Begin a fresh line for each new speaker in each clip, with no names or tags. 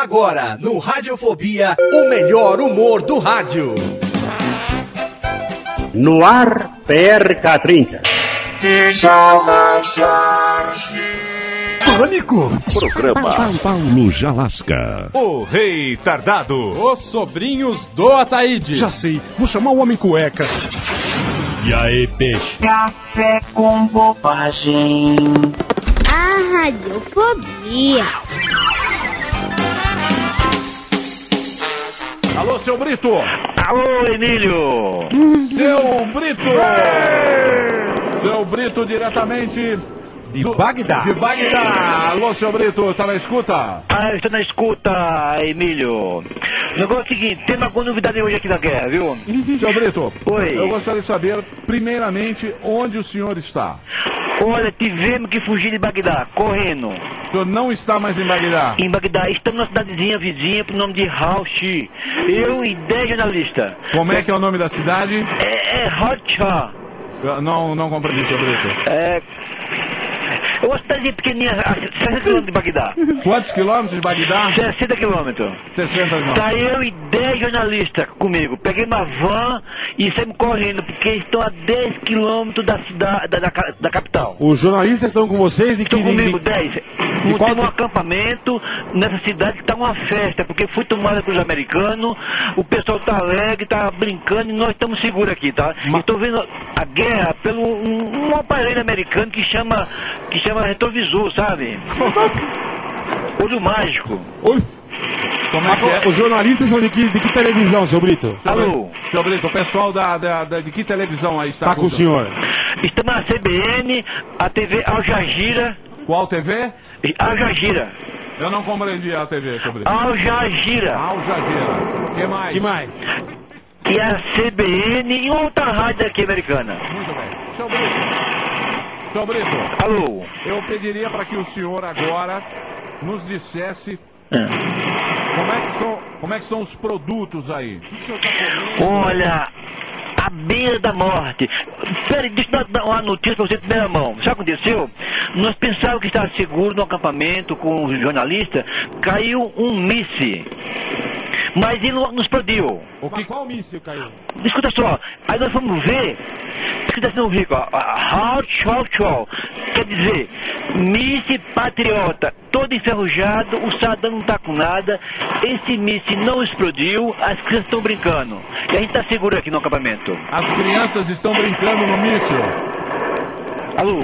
Agora, no Radiofobia, o melhor humor do rádio.
No ar, PRK30.
Pânico!
Programa Paulo Jalasca.
O Rei Tardado.
Os sobrinhos do Ataíde.
Já sei, vou chamar o Homem Cueca.
E aí, peixe?
Café com bobagem.
A radiofobia.
Alô, seu Brito!
Alô, Emílio!
Seu Brito! Seu Brito diretamente
De Bagdá.
de Bagdá! Alô, seu Brito, tá na escuta?
Ah, eu estou na escuta, Emílio. O negócio é o seguinte, tem uma novidade hoje aqui na guerra, viu?
Seu Brito,
Oi.
eu gostaria de saber, primeiramente, onde o senhor está.
Olha, tivemos que fugir de Bagdá, correndo.
O senhor não está mais em Bagdá.
Em Bagdá, estamos numa cidadezinha vizinha pro nome de Rauchi. Eu e 10 jornalistas.
Como é que é o nome da cidade?
É, é Raucha.
Eu Não, não compreendi, seu Brito.
É... É uma cidadezinha pequenininha, a 60 quilômetros de Bagdá.
Quantos quilômetros de Bagdá?
60 quilômetros.
60
Tá
quilômetros.
eu e 10 jornalistas comigo. Peguei uma van e saímos correndo, porque estão a 10 quilômetros da cidade, da, da, ca- da capital.
Os jornalistas estão com vocês e que.
Estão comigo 10. Montei
qual-
um acampamento nessa cidade que tá uma festa, porque fui tomada com os americanos, o pessoal tá alegre, tá brincando e nós estamos seguros aqui, tá?
Ma-
Estou vendo a guerra pelo um, um aparelho americano que chama, que chama retrovisor, sabe? Olho mágico.
Oi? Ah,
Como é que é?
Os jornalistas são de que, de que televisão, seu Brito?
Seu Brito-
Alô?
Seu Brito, o pessoal da, da- da- de que televisão aí está?
Tá com o senhor.
Estamos na CBN, a TV Al Jazeera.
Qual TV?
Al Jazeera.
Eu não compreendi a TV, seu Brito.
Al Jazeera.
Al Jazeera. O que mais?
que mais?
E a CBN e outra rádio aqui americana.
Muito bem. Seu Brito. Seu Brito,
Alô?
eu pediria para que o senhor agora nos dissesse
É.
como é que são, como é que são os produtos aí.
Olha, à beira da morte. Peraí, deixa eu dar uma notícia pra você em primeira mão. Sabe o que aconteceu? Nós pensávamos que estava seguro no acampamento com os jornalistas. Caiu um míssil. Mas ele não nos explodiu.
O que,
Qual míssil caiu?
Escuta só, aí nós vamos ver que está sendo rico, ó. Ah, How chow chow. Quer dizer, Miss Patriota, todo enferrujado, o Saddam não tá com nada, esse Miss não explodiu, as crianças estão brincando. E a gente tá seguro aqui no acampamento.
as crianças estão brincando no míssil.
Alô?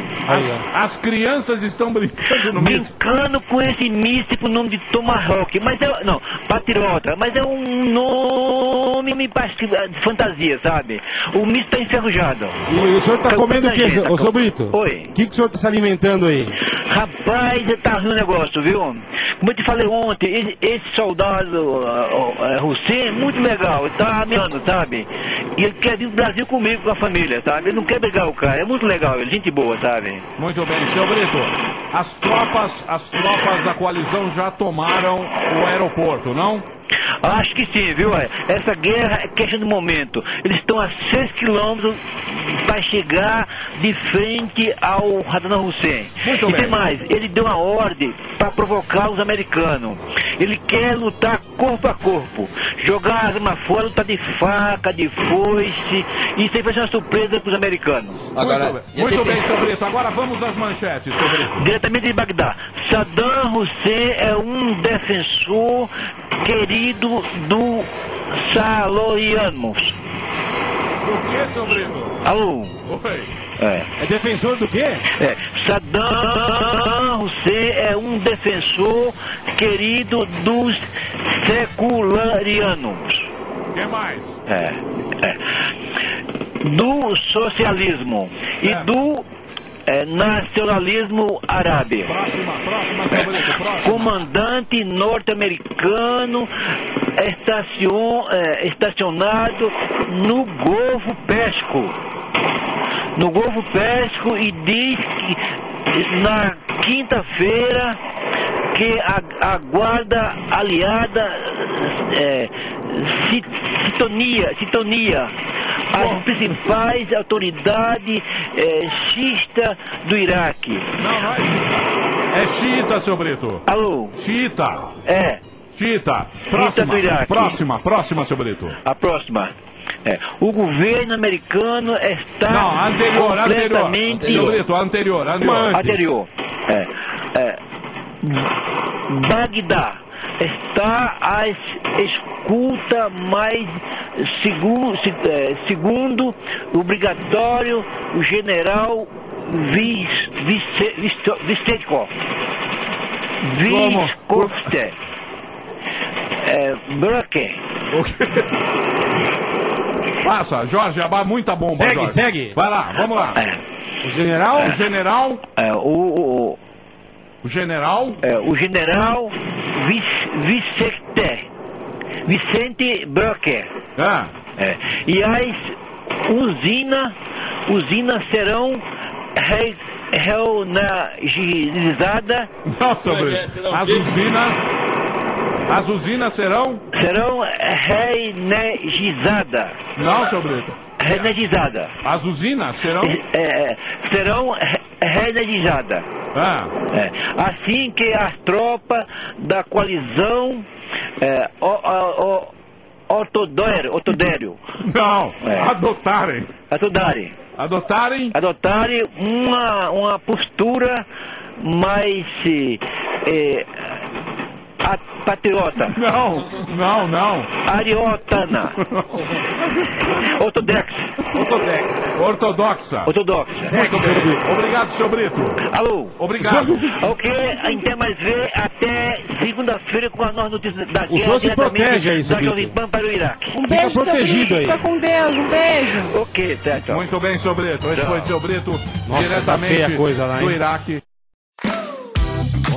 As, as crianças estão brincando no míssil.
Brincando com esse místico nome de Tomahawk, mas é. Não, Patriota, mas é um nome me parece que é de fantasia, sabe? O místico tá enferrujado.
E o senhor tá
Eu-
comendo o quê,
Tá
seu-
com-
ô seu Brito?
Oi.
O que, que o senhor tá se alimentando aí?
Rapaz, tá ruim o negócio, viu? Como eu te falei ontem, esse, esse soldado uh, Hussein é muito legal, ele tá ameaçando, sabe? E ele quer vir pro Brasil comigo, com a família, sabe? Ele não quer brigar o cara, é muito legal, ele, gente boa, sabe?
Muito bem, seu Brito. As tropas, as tropas da coalizão já tomaram o aeroporto, não?
Acho que sim, viu? ué? Essa guerra é questão de momento. Eles estão a 6 quilômetros para chegar de frente ao Saddam Hussein.
Muito
e
bem.
tem mais, ele deu uma ordem para provocar os americanos. Ele quer lutar corpo a corpo, jogar a arma fora, lutar de faca, de foice. Isso aí vai ser uma surpresa para os americanos.
Agora, é
muito bem, muito bem, seu Brito. Agora vamos às manchetes, seu Brito.
Diretamente de Bagdá, Saddam Hussein é um defensor querido do Saloianos.
O que, seu Brito?
Alô?
Oi.
É.
É defensor do quê?
é. Saddam Hussein é um defensor querido dos secularianos.
O que mais?
É. é. Do socialismo e
É.
do é, nacionalismo árabe.
Próxima, próxima, Sabrina, próxima.
Comandante norte-americano estacion- é, estacionado no Golfo Pérsico. No Golfo Pérsico e diz que na quinta-feira que a, a guarda aliada é, si- sintonia, sintonia as principais autoridades é, xista do Iraque.
Não, vai. É chita, seu Brito.
Alô,
Chita.
é.
Chita.
Chita do
Próxima,
Iraque.
próxima, próxima, seu Brito.
A próxima. É, o governo americano está
Não, anterior, anterior.
Ah, completamente
Seu Brito, anterior, anterior.
anterior. É, é, Bagdá está à es- escuta mais segundo, segundo obrigatório o general Vis- Vise- Visto- Vistekov.
Como?
Viskovste. É, Bracken.
Passa, Jorge Abá, muita bomba.
Segue,
Jorge.
segue.
Vai lá, vamos lá.
É,
O general?
O general,
é, o- o,
o general,
é, o general Vic- Vicente, Vicente Brocker.
é,
É, e as usinas usina serão re, reunagilizadas,
não, seu Brito. As usinas, as usinas serão,
serão reenergizadas,
não, seu Brito.
reenergizadas,
As usinas serão,
É, serão re- reenergizadas.
é,
É, assim que as tropas da coalizão é, o, o, o, ortodério, ortodério
não,
É.
adotarem,
adotarem,
adotarem,
adotarem uma, uma postura mais é, a- patriota,
não, não, não,
ariotana, ortodex,
ortodoxa.
ortodoxa.
Muito bem. Obrigado, seu Brito.
Alô?
Obrigado.
Ok, então mais ver até segunda-feira com as novas notícias da guerra.
senhor se
diretamente
protege aí,
da
Sabino.
Jovem Pan para o Iraque.
Um
Fica
beijo, seu
protegido
Felipe.
aí.
Fica com Deus, um beijo.
Ok, tá, tchau.
Muito bem, seu Brito. Esse foi seu Brito,
Nossa, tá feia
diretamente
a coisa lá, hein?
do Iraque.